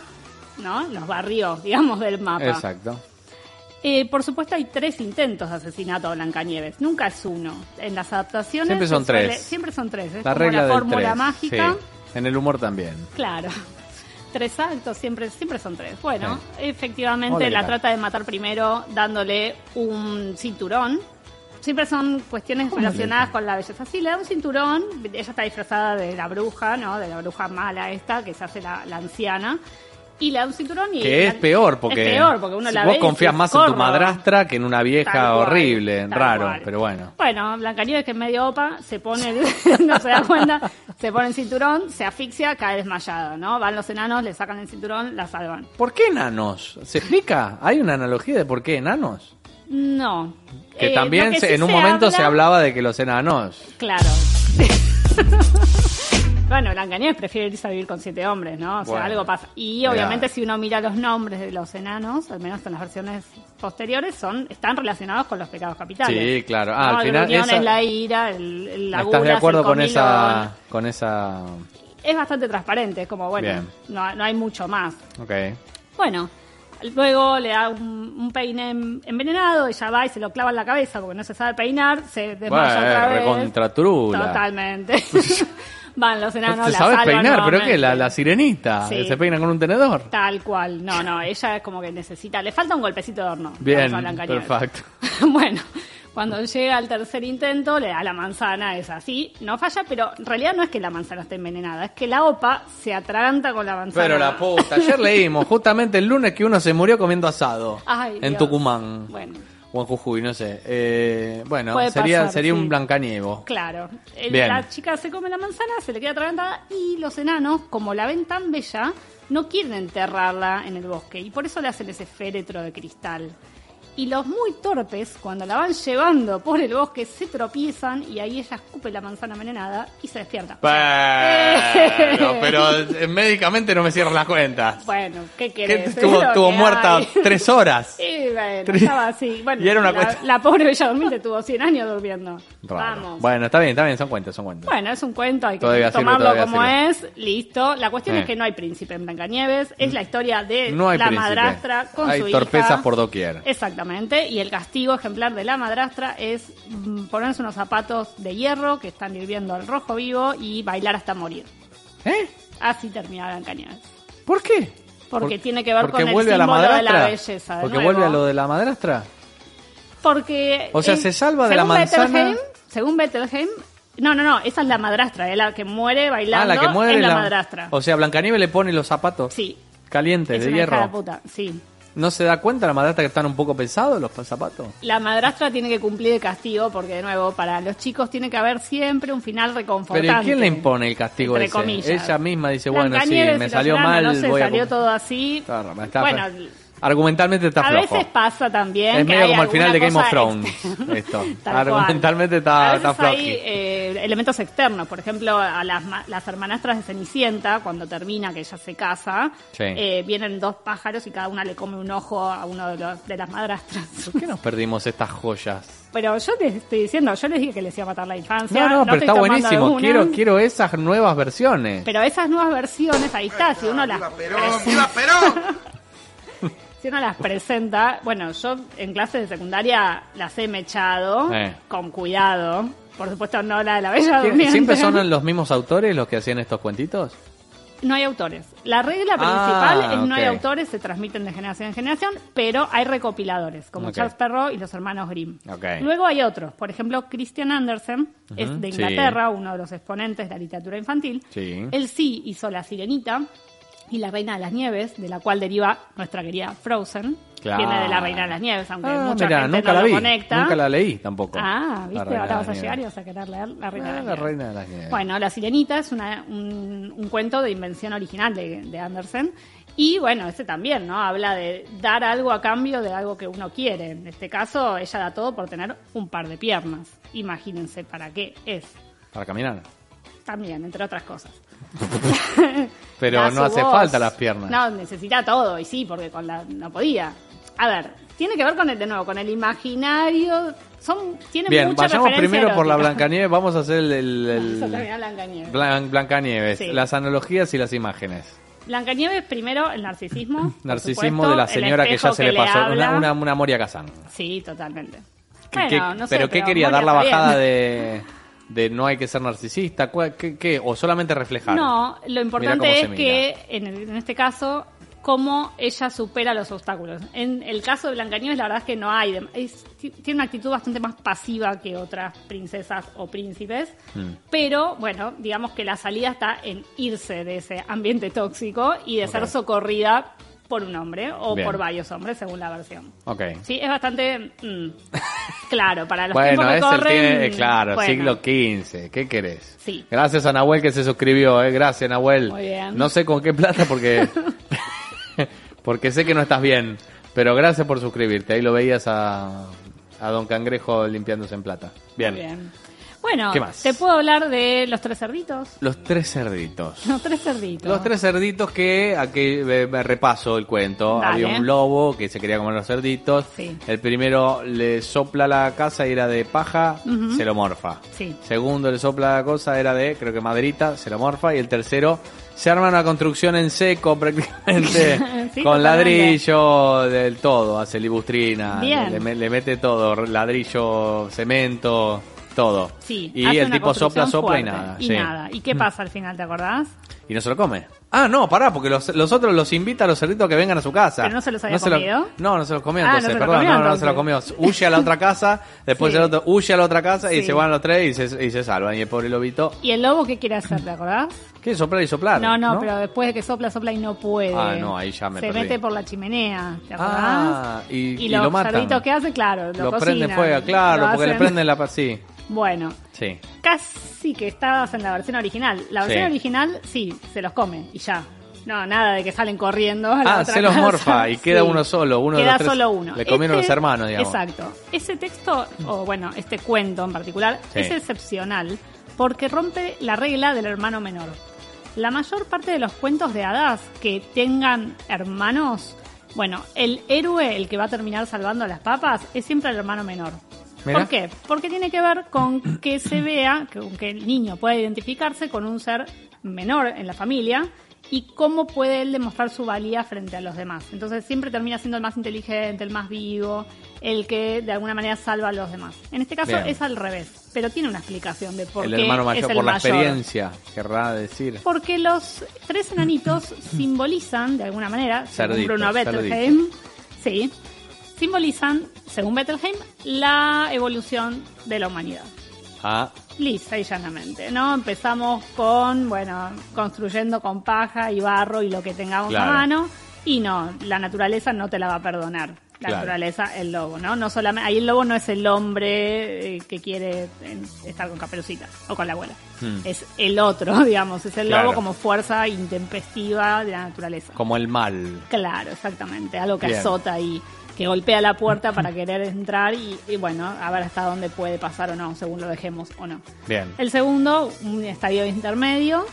Speaker 2: ¿no? Nos barrió, digamos, del mapa.
Speaker 1: Exacto.
Speaker 2: Eh, por supuesto, hay tres intentos de asesinato a Blancanieves. Nunca es uno. En las adaptaciones.
Speaker 1: Siempre son
Speaker 2: se suele-
Speaker 1: tres.
Speaker 2: Siempre son tres. Es
Speaker 1: La
Speaker 2: como
Speaker 1: regla
Speaker 2: la
Speaker 1: del
Speaker 2: fórmula
Speaker 1: tres,
Speaker 2: mágica.
Speaker 1: sí. En el humor también.
Speaker 2: Claro. Tres actos, siempre, siempre son tres. Bueno, efectivamente
Speaker 1: Hola, ¿qué
Speaker 2: la
Speaker 1: tal?
Speaker 2: trata de matar primero dándole un cinturón. Siempre son cuestiones relacionadas con la belleza. Sí, le da un cinturón, ella está disfrazada de la bruja, ¿no? De la bruja mala esta, que se hace la, la anciana. Y le da un cinturón y...
Speaker 1: Que es
Speaker 2: la-
Speaker 1: peor porque,
Speaker 2: es peor porque uno
Speaker 1: si
Speaker 2: la
Speaker 1: vos
Speaker 2: ve y
Speaker 1: confías
Speaker 2: decís,
Speaker 1: más en tu
Speaker 2: "Corro".
Speaker 1: madrastra que en una vieja
Speaker 2: Tal cual,
Speaker 1: horrible,
Speaker 2: tal
Speaker 1: raro,
Speaker 2: cual.
Speaker 1: pero bueno.
Speaker 2: Bueno, Blancanieves que es medio opa, se pone, el- no se da cuenta, se pone el cinturón, se asfixia, cae desmayada, ¿no? Van los enanos, le sacan el cinturón, la salvan.
Speaker 1: ¿Por qué enanos? ¿Se explica? ¿Hay una analogía de por qué enanos?
Speaker 2: No.
Speaker 1: Que
Speaker 2: Eh,
Speaker 1: también
Speaker 2: lo que
Speaker 1: se-
Speaker 2: sí
Speaker 1: en un momento se
Speaker 2: habla-
Speaker 1: hablaba de que los enanos.
Speaker 2: Claro. bueno, Blancanieves prefiere irse a vivir con siete hombres, ¿no? O sea,
Speaker 1: Bueno.
Speaker 2: algo pasa. Y
Speaker 1: Mirá.
Speaker 2: obviamente si uno mira los nombres de los enanos, al menos en las versiones posteriores, son están relacionados con los pecados capitales.
Speaker 1: Sí, claro. Ah, al
Speaker 2: No, el
Speaker 1: final
Speaker 2: gruñón
Speaker 1: esa-
Speaker 2: es la ira, el, el
Speaker 1: ¿Estás de
Speaker 2: lagunas,
Speaker 1: acuerdo
Speaker 2: el
Speaker 1: con
Speaker 2: comilón.
Speaker 1: esa con esa
Speaker 2: es bastante transparente, es como, bueno,
Speaker 1: Bien.
Speaker 2: no, no hay mucho más.
Speaker 1: Ok.
Speaker 2: Bueno, luego le da un, un peine en- envenenado, ella va y se lo clava en la cabeza porque no se sabe peinar, se desmaya
Speaker 1: Bueno,
Speaker 2: otra
Speaker 1: eh,
Speaker 2: vez.
Speaker 1: recontraturula.
Speaker 2: Totalmente. Van los enanos,
Speaker 1: No te
Speaker 2: la
Speaker 1: sabes
Speaker 2: salvan
Speaker 1: peinar, pero
Speaker 2: nuevamente.
Speaker 1: que la, la sirenita,
Speaker 2: Sí.
Speaker 1: se peina con un tenedor.
Speaker 2: Tal cual, no, no, ella es como que necesita, le falta un golpecito de horno.
Speaker 1: Bien,
Speaker 2: Vamos a Blancanieves.
Speaker 1: perfecto.
Speaker 2: bueno, cuando llega al tercer intento, le da la manzana, es así, no falla, pero en realidad no es que la manzana esté envenenada, es que la OPA se atraganta con la manzana.
Speaker 1: Pero la puta, ayer leímos justamente el lunes que uno se murió comiendo asado
Speaker 2: Ay,
Speaker 1: en
Speaker 2: Dios.
Speaker 1: Tucumán.
Speaker 2: Bueno,
Speaker 1: O en Jujuy, no sé. Eh, bueno,
Speaker 2: Puede
Speaker 1: sería,
Speaker 2: pasar,
Speaker 1: sería
Speaker 2: sí.
Speaker 1: un blancaniego.
Speaker 2: claro. El-
Speaker 1: Bien.
Speaker 2: La chica se come la manzana, se le queda atragantada y los enanos, como la ven tan bella, no quieren enterrarla en el bosque y por eso le hacen ese féretro de cristal. Y los muy torpes, cuando la van llevando por el bosque, se tropiezan y ahí ella escupe la manzana envenenada y se despierta.
Speaker 1: Pero, pero, eh, médicamente no me cierran las cuentas.
Speaker 2: Bueno, ¿qué
Speaker 1: Que
Speaker 2: querés?
Speaker 1: estuvo
Speaker 2: Es lo
Speaker 1: estuvo
Speaker 2: que
Speaker 1: muerta
Speaker 2: hay.
Speaker 1: tres horas.
Speaker 2: Y bueno,
Speaker 1: Tres.
Speaker 2: estaba así. Bueno,
Speaker 1: Y era una
Speaker 2: la,
Speaker 1: cuesta.
Speaker 2: la pobre Bella Durmiente tuvo 100 años durmiendo.
Speaker 1: Raro.
Speaker 2: Vamos.
Speaker 1: Bueno, está bien, está bien, son cuentas, son cuentas.
Speaker 2: Bueno, es un cuento, hay que
Speaker 1: Todavía sirve,
Speaker 2: tomarlo
Speaker 1: todavía
Speaker 2: como
Speaker 1: sirve.
Speaker 2: es, listo. La cuestión
Speaker 1: Eh.
Speaker 2: es que no hay príncipe en Blancanieves, es la historia de
Speaker 1: No hay
Speaker 2: Eh, la
Speaker 1: príncipe.
Speaker 2: madrastra con
Speaker 1: Hay
Speaker 2: su
Speaker 1: torpezas
Speaker 2: hija.
Speaker 1: por doquier.
Speaker 2: Exactamente, y el castigo ejemplar de la madrastra es mm, ponerse unos zapatos de hierro que están hirviendo al rojo vivo y bailar hasta morir.
Speaker 1: ¿Eh?
Speaker 2: Así termina Blancanieves.
Speaker 1: ¿por qué?
Speaker 2: Porque
Speaker 1: Por-
Speaker 2: tiene que ver
Speaker 1: porque
Speaker 2: con el
Speaker 1: vuelve a la
Speaker 2: símbolo de la
Speaker 1: madrastra.
Speaker 2: belleza, de
Speaker 1: porque
Speaker 2: nuevo.
Speaker 1: vuelve a lo de la madrastra.
Speaker 2: Porque.
Speaker 1: O sea, se salva de la
Speaker 2: según
Speaker 1: manzana.
Speaker 2: Bettelheim- según Bettelheim. No, no, no, esa es la madrastra, es la que muere
Speaker 1: Ah,
Speaker 2: bailando.
Speaker 1: la que muere
Speaker 2: es la,
Speaker 1: la-
Speaker 2: madrastra.
Speaker 1: O sea, Blancanieves le pone los zapatos
Speaker 2: sí.
Speaker 1: calientes
Speaker 2: Es
Speaker 1: de
Speaker 2: una
Speaker 1: hierro.
Speaker 2: hija de puta, sí.
Speaker 1: ¿No se da cuenta la madrastra que están un poco pesados los zapatos?
Speaker 2: La madrastra tiene que cumplir el castigo porque, de nuevo, para los chicos tiene que haber siempre un final reconfortante.
Speaker 1: Pero ¿y quién le impone el castigo
Speaker 2: Entre
Speaker 1: ese?
Speaker 2: comillas.
Speaker 1: Ella misma dice, bueno, sí,
Speaker 2: Blancanieves y
Speaker 1: me
Speaker 2: los
Speaker 1: salió
Speaker 2: enanos,
Speaker 1: mal,
Speaker 2: no sé,
Speaker 1: voy a
Speaker 2: salió
Speaker 1: comer.
Speaker 2: todo así.
Speaker 1: Está raro, está
Speaker 2: bueno,
Speaker 1: fe- argumentalmente está
Speaker 2: a
Speaker 1: flojo.
Speaker 2: veces pasa también
Speaker 1: Es
Speaker 2: que
Speaker 1: medio
Speaker 2: hay
Speaker 1: como el final de
Speaker 2: alguna
Speaker 1: Game of
Speaker 2: cosa
Speaker 1: Thrones,
Speaker 2: externa.
Speaker 1: esto.
Speaker 2: Tal
Speaker 1: Argumentalmente está-
Speaker 2: A veces
Speaker 1: está
Speaker 2: hay
Speaker 1: floji.
Speaker 2: eh, elementos externos, por ejemplo, a las, ma- las hermanastras de Cenicienta, cuando termina que ella se casa,
Speaker 1: Sí.
Speaker 2: eh, vienen dos pájaros y cada una le come un ojo a uno de, los- de las madrastras.
Speaker 1: ¿Por qué nos perdimos estas joyas?
Speaker 2: Pero yo les estoy diciendo, yo les dije que les iba a matar la infancia.
Speaker 1: No, no, pero
Speaker 2: estoy
Speaker 1: está
Speaker 2: tomando
Speaker 1: buenísimo.
Speaker 2: alguna.
Speaker 1: Quiero, quiero esas nuevas versiones.
Speaker 2: Pero esas nuevas versiones, ahí está, si uno las Si uno las presenta, bueno, yo en clases de secundaria las he mechado
Speaker 1: Eh.
Speaker 2: con cuidado. Por supuesto, no la de la Bella Durmiente.
Speaker 1: ¿Siempre son los mismos autores los que hacían estos cuentitos?
Speaker 2: No hay autores. La regla
Speaker 1: Ah,
Speaker 2: principal es no hay
Speaker 1: ok.
Speaker 2: autores, se transmiten de generación en generación, pero hay recopiladores, como
Speaker 1: Ok.
Speaker 2: Charles Perrault y los hermanos Grimm.
Speaker 1: Ok.
Speaker 2: Luego hay otros, por ejemplo, Christian Andersen es de
Speaker 1: sí.
Speaker 2: Inglaterra, uno de los exponentes de la literatura infantil.
Speaker 1: Sí.
Speaker 2: Él sí hizo La Sirenita y La Reina de las Nieves, de la cual deriva nuestra querida Frozen.
Speaker 1: Claro.
Speaker 2: Viene de La Reina de las Nieves, aunque
Speaker 1: Ah,
Speaker 2: mucha
Speaker 1: mirá,
Speaker 2: gente
Speaker 1: nunca
Speaker 2: no
Speaker 1: la
Speaker 2: lo
Speaker 1: vi.
Speaker 2: conecta.
Speaker 1: Nunca la leí tampoco.
Speaker 2: Ah,
Speaker 1: La Reina
Speaker 2: viste,
Speaker 1: de
Speaker 2: ahora vas a
Speaker 1: las
Speaker 2: llegar y
Speaker 1: Nieves.
Speaker 2: vas a querer leer La Reina de
Speaker 1: Ah, La
Speaker 2: las Nieves.
Speaker 1: reina de las nieves.
Speaker 2: Bueno, La Sirenita es una- un, un cuento de invención original de, de Andersen. Y bueno, este también, ¿no? Habla de dar algo a cambio de algo que uno quiere. En este caso, ella da todo por tener un par de piernas. Imagínense para qué es.
Speaker 1: Para caminar.
Speaker 2: También, entre otras cosas.
Speaker 1: pero
Speaker 2: Da
Speaker 1: no
Speaker 2: su
Speaker 1: hace
Speaker 2: voz.
Speaker 1: falta las piernas.
Speaker 2: No, necesita todo, y sí, porque con la no podía. A ver, tiene que ver con el, de nuevo, con el imaginario. Son, tiene
Speaker 1: Bien,
Speaker 2: mucha
Speaker 1: vayamos
Speaker 2: referencia
Speaker 1: primero por la
Speaker 2: erótica.
Speaker 1: Blancanieves, vamos a hacer el, el- el-
Speaker 2: Vamos a terminar Blancanieves.
Speaker 1: Blan- Blancanieves,
Speaker 2: Sí.
Speaker 1: las analogías y las imágenes.
Speaker 2: Blancanieves primero, el narcisismo. por
Speaker 1: Narcisismo
Speaker 2: supuesto,
Speaker 1: de la
Speaker 2: el
Speaker 1: señora que ya
Speaker 2: espejo
Speaker 1: se le pasó,
Speaker 2: habla.
Speaker 1: una, una, una Moria Kazan.
Speaker 2: Sí, totalmente.
Speaker 1: ¿Qué-
Speaker 2: Bueno,
Speaker 1: qué-
Speaker 2: no sé,
Speaker 1: pero ¿qué quería?
Speaker 2: Moria
Speaker 1: ¿Dar la
Speaker 2: está bien.
Speaker 1: bajada de, de no hay que ser narcisista? ¿Cuál- ¿Qué, qué? ¿O solamente reflejar?
Speaker 2: No, lo
Speaker 1: Mirá
Speaker 2: importante
Speaker 1: cómo
Speaker 2: es
Speaker 1: se
Speaker 2: que en, el- en este caso cómo ella supera los obstáculos. En el caso de Blancanieves la verdad es que no hay, dem- es- ti- tiene una actitud bastante más pasiva que otras princesas o príncipes,
Speaker 1: Mm.
Speaker 2: pero bueno, digamos que la salida está en irse de ese ambiente tóxico y de ser
Speaker 1: Ok.
Speaker 2: socorrida por un hombre o
Speaker 1: Bien.
Speaker 2: por varios hombres según la versión.
Speaker 1: Ok.
Speaker 2: Sí, es bastante mm, claro para los
Speaker 1: Bueno,
Speaker 2: tiempos que
Speaker 1: es el
Speaker 2: corren.
Speaker 1: tie- eh, claro,
Speaker 2: bueno.
Speaker 1: siglo XV. ¿Qué querés?
Speaker 2: Sí.
Speaker 1: Gracias a Nahuel que se suscribió, eh. Gracias, Nahuel.
Speaker 2: Muy bien.
Speaker 1: No sé con qué plata porque. porque sé que no estás bien. Pero gracias por suscribirte. Ahí lo veías a, a Don Cangrejo limpiándose en plata. Bien.
Speaker 2: Bien. Bueno,
Speaker 1: ¿Qué más?
Speaker 2: te puedo hablar de los tres cerditos.
Speaker 1: Los tres cerditos.
Speaker 2: Los tres cerditos.
Speaker 1: Los tres cerditos que, aquí eh, me repaso el cuento.
Speaker 2: Dale.
Speaker 1: Había un lobo que se quería comer los cerditos.
Speaker 2: Sí.
Speaker 1: El primero le sopla la casa y era de paja,
Speaker 2: Ujú.
Speaker 1: se lo morfa.
Speaker 2: Sí.
Speaker 1: Segundo le sopla la cosa, era de, creo que maderita, se lo morfa. Y el tercero se arma una construcción en seco prácticamente,
Speaker 2: Sí,
Speaker 1: con
Speaker 2: totalmente.
Speaker 1: ladrillo, del todo, hace libustrina,
Speaker 2: Bien.
Speaker 1: Le, le me- le mete todo, ladrillo, cemento, todo.
Speaker 2: Sí.
Speaker 1: y
Speaker 2: hace
Speaker 1: el
Speaker 2: una
Speaker 1: tipo sopla,
Speaker 2: construcción
Speaker 1: sopla y
Speaker 2: fuerte.
Speaker 1: nada.
Speaker 2: Y
Speaker 1: sí. Mm.
Speaker 2: nada. ¿Y qué pasa al final, te acordás?
Speaker 1: Y no se lo come. Ah, no, pará, porque los, los otros los invita a los cerditos a que vengan a su casa.
Speaker 2: ¿Pero no se los había
Speaker 1: lo-
Speaker 2: comido?
Speaker 1: no, no se los comió
Speaker 2: Ah, no
Speaker 1: entonces,
Speaker 2: se los
Speaker 1: perdón,
Speaker 2: comió,
Speaker 1: no, no, se los comió.
Speaker 2: entonces.
Speaker 1: Huye a la otra casa, después
Speaker 2: Sí.
Speaker 1: el otro huye a la otra casa y
Speaker 2: Sí.
Speaker 1: se van los tres y se, y se salvan. Y el pobre lobito,
Speaker 2: ¿Y el lobo qué quiere hacer, te acordás?
Speaker 1: ¿quiere soplar y soplar?
Speaker 2: No, no, pero después de que sopla, sopla y no puede.
Speaker 1: Ah, no, ahí ya me
Speaker 2: Se
Speaker 1: perdí.
Speaker 2: mete por la chimenea, ¿te acordás?
Speaker 1: Ah, y, y
Speaker 2: los
Speaker 1: lo matan.
Speaker 2: cerditos que hace, claro, lo,
Speaker 1: Lo prenden
Speaker 2: cocinan,
Speaker 1: fuego, claro,
Speaker 2: lo
Speaker 1: porque le
Speaker 2: hacen-
Speaker 1: prenden la... pa- Sí,
Speaker 2: Bueno,
Speaker 1: sí.
Speaker 2: casi que estabas en la versión original. La versión
Speaker 1: Sí.
Speaker 2: original, sí, se los come y ya. No, nada de que salen corriendo. A la
Speaker 1: Ah,
Speaker 2: otra
Speaker 1: se los
Speaker 2: casa.
Speaker 1: morfa y queda uno solo, uno de
Speaker 2: queda
Speaker 1: los tres.
Speaker 2: solo uno. Este,
Speaker 1: Le comieron los hermanos, digamos.
Speaker 2: Exacto. Ese texto, o bueno, este cuento en particular,
Speaker 1: Sí.
Speaker 2: es excepcional porque rompe la regla del hermano menor. La mayor parte de los cuentos de hadas que tengan hermanos, bueno, el héroe, el que va a terminar salvando a las papas, es siempre el hermano menor.
Speaker 1: Mira.
Speaker 2: ¿Por qué? Porque tiene que ver con que se vea, con que el niño pueda identificarse con un ser menor en la familia y cómo puede él demostrar su valía frente a los demás. Entonces siempre termina siendo el más inteligente, el más vivo, el que de alguna manera salva a los demás. En este caso
Speaker 1: Bien.
Speaker 2: es al revés, pero tiene una explicación de por
Speaker 1: El
Speaker 2: qué
Speaker 1: hermano mayor,
Speaker 2: es el
Speaker 1: por la
Speaker 2: mayor.
Speaker 1: experiencia, querrá decir.
Speaker 2: Porque los tres enanitos simbolizan, de alguna manera, según
Speaker 1: Cerditos,
Speaker 2: Bruno
Speaker 1: ya lo
Speaker 2: Bettelheim, sí, simbolizan, según Bettelheim, la evolución de la humanidad.
Speaker 1: Ah,
Speaker 2: Lisa y llanamente, ¿no? Empezamos con, bueno, construyendo con paja y barro y lo que tengamos
Speaker 1: Claro.
Speaker 2: a mano. Y no, la naturaleza no te la va a perdonar. La
Speaker 1: Claro.
Speaker 2: naturaleza, el lobo, ¿no? No solamente, ahí el lobo no es el hombre eh, que quiere eh, estar con Caperucita o con la abuela.
Speaker 1: Hmm.
Speaker 2: Es el otro, digamos, es el
Speaker 1: Claro.
Speaker 2: lobo como fuerza intempestiva de la naturaleza.
Speaker 1: como el mal.
Speaker 2: Claro, exactamente. Algo que
Speaker 1: Bien.
Speaker 2: azota y que golpea la puerta para querer entrar y, y bueno, a ver hasta dónde puede pasar o no, según lo dejemos o no.
Speaker 1: Bien.
Speaker 2: El segundo, un estadio intermedio,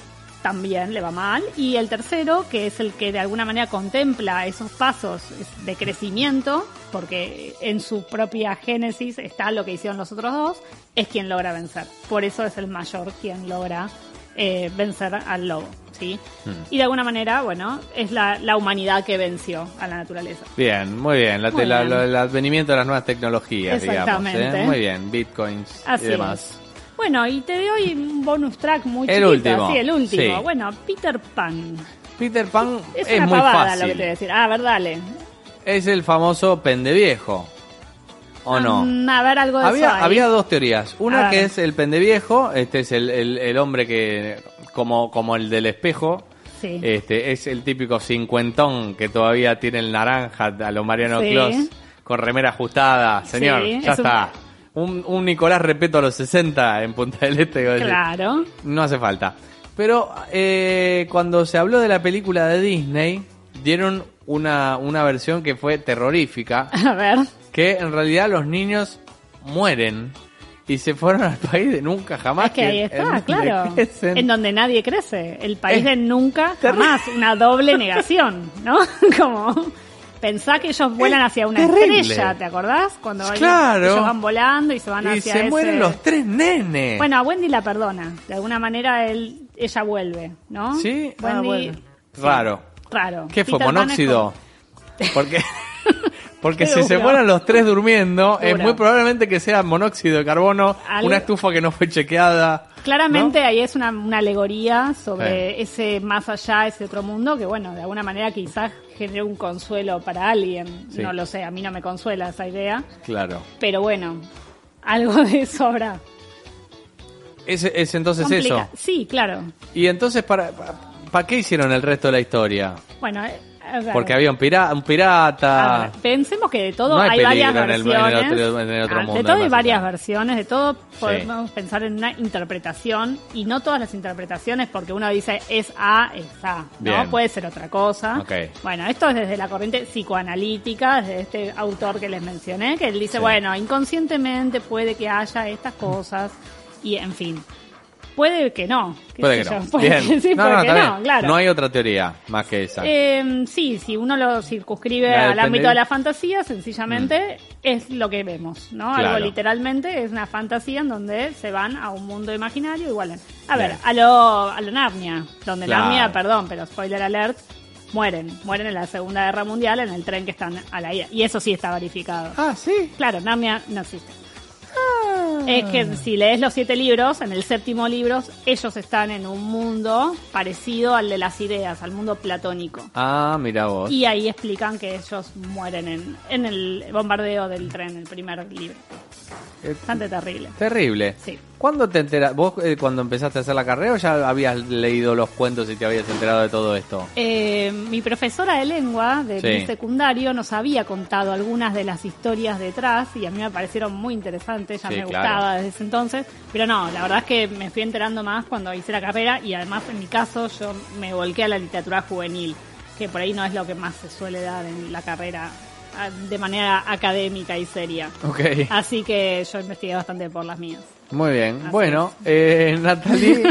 Speaker 2: también le va mal. Y el tercero, que es el que de alguna manera contempla esos pasos de crecimiento, porque en su propia génesis está lo que hicieron los otros dos, es quien logra vencer. Por eso es el mayor quien logra eh, vencer al lobo. ¿sí?
Speaker 1: Hmm.
Speaker 2: Y de alguna manera, bueno, es la, la humanidad que venció a la naturaleza.
Speaker 1: Bien, muy bien. La-
Speaker 2: Muy
Speaker 1: la-
Speaker 2: bien.
Speaker 1: lo- el advenimiento de las nuevas tecnologías, digamos. ¿eh?
Speaker 2: Exactamente.
Speaker 1: Muy bien, bitcoins
Speaker 2: Así
Speaker 1: y demás.
Speaker 2: es. Bueno, y te doy un bonus track muy
Speaker 1: El
Speaker 2: chiquito,
Speaker 1: último,
Speaker 2: sí, el último.
Speaker 1: sí.
Speaker 2: Bueno, Peter Pan.
Speaker 1: Peter Pan
Speaker 2: Es,
Speaker 1: es,
Speaker 2: una
Speaker 1: muy
Speaker 2: pavada
Speaker 1: fácil.
Speaker 2: lo que te voy a decir. Ah, a ver, dale.
Speaker 1: Es el famoso pendeviejo. ¿O no?
Speaker 2: Mm, a ver, algo de eso.
Speaker 1: Había,
Speaker 2: hay.
Speaker 1: había dos teorías. Una
Speaker 2: A
Speaker 1: que
Speaker 2: ver.
Speaker 1: es el pendeviejo, este es el, el- el hombre que, como, como el del espejo,
Speaker 2: Sí.
Speaker 7: Eh,
Speaker 1: este es el típico cincuentón que todavía tiene el naranja a lo Mariano
Speaker 2: Sí.
Speaker 1: Clos, con remera ajustada. Señor,
Speaker 2: Sí,
Speaker 1: ya
Speaker 2: es un-
Speaker 1: está. Un, un Nicolás Repeto a los 60 en Punta del Este. digo,
Speaker 2: Claro.
Speaker 1: No hace falta. Pero eh, cuando se habló de la película de Disney, dieron una, una versión que fue terrorífica
Speaker 2: A ver.
Speaker 1: que en realidad los niños mueren
Speaker 7: y se fueron al país de nunca jamás.
Speaker 2: Es que ahí
Speaker 7: en
Speaker 2: está,
Speaker 7: donde
Speaker 2: claro.
Speaker 7: crecen.
Speaker 2: En donde nadie crece. El país
Speaker 7: Es
Speaker 2: de nunca, jamás. Una doble negación, ¿no? Como pensá que ellos vuelan
Speaker 7: Es
Speaker 2: hacia una
Speaker 7: terrible.
Speaker 2: estrella, ¿te acordás? Cuando ellos-
Speaker 7: Claro.
Speaker 2: ellos van volando y se van
Speaker 7: y
Speaker 2: hacia
Speaker 7: se
Speaker 2: ese-
Speaker 7: mueren los tres nenes.
Speaker 2: Bueno, a Wendy la perdona. De alguna manera él, ella vuelve, ¿no?
Speaker 7: ¿Sí? Ah,
Speaker 2: Wendy,
Speaker 7: bueno. Raro.
Speaker 2: raro.
Speaker 7: ¿Qué fue?
Speaker 2: Peter Pan es
Speaker 7: ¿Monóxido? Porque, porque
Speaker 2: Qué
Speaker 7: si se
Speaker 2: duro.
Speaker 7: mueran los tres durmiendo, es
Speaker 2: Duro.
Speaker 7: muy probablemente que sea monóxido de carbono,
Speaker 2: Algo-
Speaker 7: una estufa que no fue chequeada.
Speaker 2: Claramente
Speaker 7: ¿no?
Speaker 2: ahí es una, una alegoría sobre ese más allá, ese otro mundo, que bueno, de alguna manera quizás genere un consuelo para alguien.
Speaker 7: Sí.
Speaker 2: No lo sé, a mí no me consuela esa idea.
Speaker 7: Claro.
Speaker 2: Pero bueno, algo de eso habrá.
Speaker 7: Es, es entonces
Speaker 2: Complica-
Speaker 7: eso.
Speaker 2: Sí, claro.
Speaker 7: Y entonces, ¿para, para, para qué hicieron el resto de la historia?
Speaker 2: Bueno, eh, a ver.
Speaker 7: Porque había un, pirata un
Speaker 2: A
Speaker 7: pirata.
Speaker 2: ver, pensemos que de todo
Speaker 7: No hay
Speaker 2: hay, varias
Speaker 7: peligro en el- en el
Speaker 2: versiones.
Speaker 7: otro- en el otro
Speaker 2: Ah,
Speaker 7: mundo,
Speaker 2: de todo hay
Speaker 7: además,
Speaker 2: varias
Speaker 7: ¿no?
Speaker 2: versiones, de todo podemos pensar en una interpretación y no todas las interpretaciones porque uno dice es A, es A, ¿no?
Speaker 7: Bien.
Speaker 2: Puede ser otra cosa.
Speaker 7: Ok.
Speaker 2: Bueno, esto es desde la corriente psicoanalítica, desde este autor que les mencioné, que él dice,
Speaker 7: Sí.
Speaker 2: bueno, inconscientemente puede que haya estas cosas y en fin. Puede que no. qué
Speaker 7: Puede
Speaker 2: sé
Speaker 7: que no.
Speaker 2: yo, puede
Speaker 7: Bien.
Speaker 2: que sí, puede que
Speaker 7: está
Speaker 2: no,
Speaker 7: bien.
Speaker 2: claro.
Speaker 7: No hay otra teoría más que esa.
Speaker 2: Eh, sí, si uno lo circunscribe
Speaker 7: Nada,
Speaker 2: al
Speaker 7: depende
Speaker 2: ámbito
Speaker 7: de-
Speaker 2: de la fantasía, sencillamente es lo que vemos, ¿no?
Speaker 7: Claro.
Speaker 2: Algo literalmente es una fantasía en donde se van a un mundo imaginario igual. A ver,
Speaker 7: Bien.
Speaker 2: a lo, a lo Narnia, donde
Speaker 7: Claro.
Speaker 2: Narnia, perdón, pero spoiler alert, mueren. Mueren en la Segunda Guerra Mundial en el tren que están a la ida. Y eso sí está verificado.
Speaker 7: ah, sí.
Speaker 2: Claro, Narnia no existe. Es que si lees los siete libros, en el séptimo libro, ellos están en un mundo parecido al de las ideas, al mundo platónico.
Speaker 7: Ah, mira vos.
Speaker 2: Y ahí explican que ellos mueren en, en el bombardeo del tren, el primer libro.
Speaker 7: Eh,
Speaker 2: Bastante terrible.
Speaker 7: Terrible.
Speaker 2: Sí.
Speaker 7: ¿Cuándo te enteras? ¿Vos eh, cuando empezaste a hacer la carrera o ya habías leído los cuentos y te habías enterado de todo esto?
Speaker 2: Eh, mi profesora de lengua de
Speaker 7: Sí.
Speaker 2: mi secundario nos había contado algunas de las historias detrás y a mí me parecieron muy interesantes, ya
Speaker 7: Sí,
Speaker 2: me
Speaker 7: claro.
Speaker 2: gustaba desde ese entonces, pero no, la verdad es que me fui enterando más cuando hice la carrera y además en mi caso yo me volqué a la literatura juvenil, que por ahí no es lo que más se suele dar en la carrera ah, de manera académica y seria.
Speaker 7: Ok.
Speaker 2: Así que yo investigué bastante por las mías.
Speaker 7: Muy bien.
Speaker 2: Así
Speaker 7: bueno, eh, Natalie,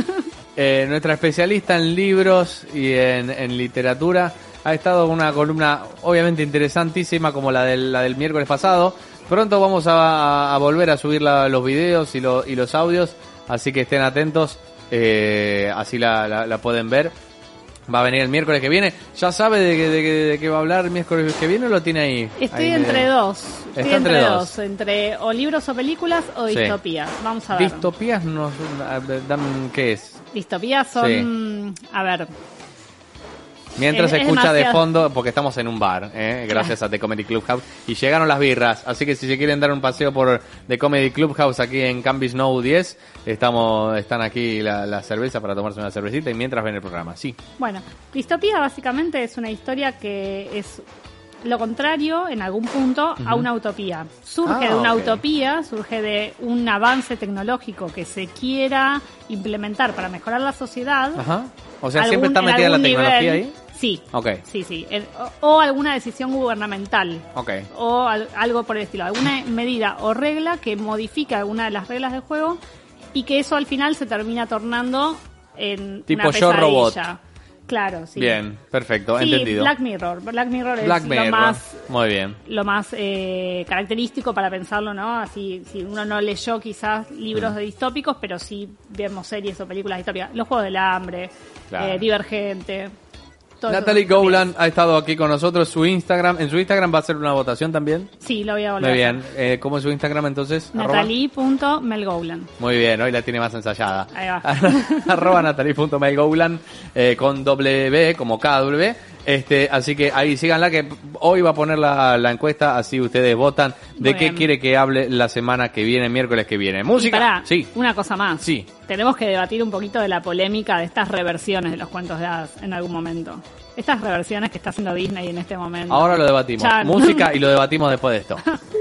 Speaker 7: eh, nuestra especialista en libros y en, en literatura, ha estado una columna obviamente interesantísima como la del, la del miércoles pasado. Pronto vamos a, a volver a subir la- los videos y, lo- y los audios, así que estén atentos, eh, así la- la- la pueden ver. Va a venir el miércoles que viene. ¿Ya sabe de qué, de qué- de qué va a hablar el miércoles que viene o lo tiene ahí?
Speaker 2: Estoy
Speaker 7: Ahí
Speaker 2: entre
Speaker 7: medio.
Speaker 2: dos. Estoy
Speaker 7: Está entre
Speaker 2: entre
Speaker 7: dos.
Speaker 2: dos. Entre o libros o películas o
Speaker 7: Sí.
Speaker 2: distopías. Vamos a ver.
Speaker 7: Distopías nos dan qué es.
Speaker 2: distopías son. A ver.
Speaker 7: Mientras
Speaker 2: Es- es
Speaker 7: escucha de
Speaker 2: demasiado.
Speaker 7: fondo, porque estamos en un bar, ¿eh? gracias a The Comedy Clubhouse, y llegaron las birras, así que si se quieren dar un paseo por The Comedy Clubhouse aquí en Cambridge Now 10, estamos, están aquí la, la cerveza para tomarse una cervecita y mientras ven el programa, sí.
Speaker 2: Bueno, distopía básicamente es una historia que es lo contrario en algún punto a una utopía. Surge
Speaker 7: Ah,
Speaker 2: de una
Speaker 7: ok.
Speaker 2: utopía, surge de un avance tecnológico que se quiera implementar para mejorar la sociedad.
Speaker 7: Ajá. O sea,
Speaker 2: algún-
Speaker 7: siempre está
Speaker 2: en
Speaker 7: metida la
Speaker 2: algún
Speaker 7: tecnología
Speaker 2: nivel.
Speaker 7: ahí.
Speaker 2: Sí.
Speaker 7: Ok.
Speaker 2: Sí, sí. El- o- o alguna decisión gubernamental.
Speaker 7: Ok.
Speaker 2: o al- algo por el estilo, alguna medida o regla que modifica alguna de las reglas del juego y que eso al final se termina tornando en
Speaker 7: Tipo
Speaker 2: una
Speaker 7: Yo, Robot.
Speaker 2: pesadilla. Claro, sí.
Speaker 7: Bien, perfecto,
Speaker 2: Sí,
Speaker 7: entendido.
Speaker 2: Black Mirror. Black Mirror es
Speaker 7: Black
Speaker 2: lo
Speaker 7: Mirror.
Speaker 2: más
Speaker 7: Muy bien.
Speaker 2: lo más eh, característico para pensarlo, ¿no? Así, si uno no leyó quizás libros de distópicos, pero sí vemos series o películas distópicas. Los Juegos del Hambre,
Speaker 7: Claro.
Speaker 2: eh, Divergente. todo eso
Speaker 7: Natalie
Speaker 2: también.
Speaker 7: Gowland ha estado aquí con nosotros. Su Instagram, en su Instagram va a ser una votación también.
Speaker 2: Sí, lo voy a volver.
Speaker 7: Muy
Speaker 2: a
Speaker 7: bien.
Speaker 2: hacer.
Speaker 7: Eh, ¿Cómo es su Instagram entonces? Arroba.
Speaker 2: Natalie.melgowland.
Speaker 7: Muy bien, hoy la tiene más ensayada.
Speaker 2: Ahí va.
Speaker 7: Arroba natalie.mygoulan eh, con W como KW. Este, así que ahí síganla que hoy va a poner la, la encuesta, así ustedes votan de
Speaker 2: Muy
Speaker 7: qué
Speaker 2: bien.
Speaker 7: quiere que hable la semana que viene, miércoles que viene. Música.
Speaker 2: Y pará,
Speaker 7: sí.
Speaker 2: una cosa más.
Speaker 7: Sí.
Speaker 2: Tenemos que debatir un poquito de la polémica de estas reversiones de los cuentos de hadas en algún momento. Estas reversiones que está haciendo Disney en este momento.
Speaker 7: Ahora lo debatimos.
Speaker 2: Ya-
Speaker 7: Música y lo debatimos después de esto.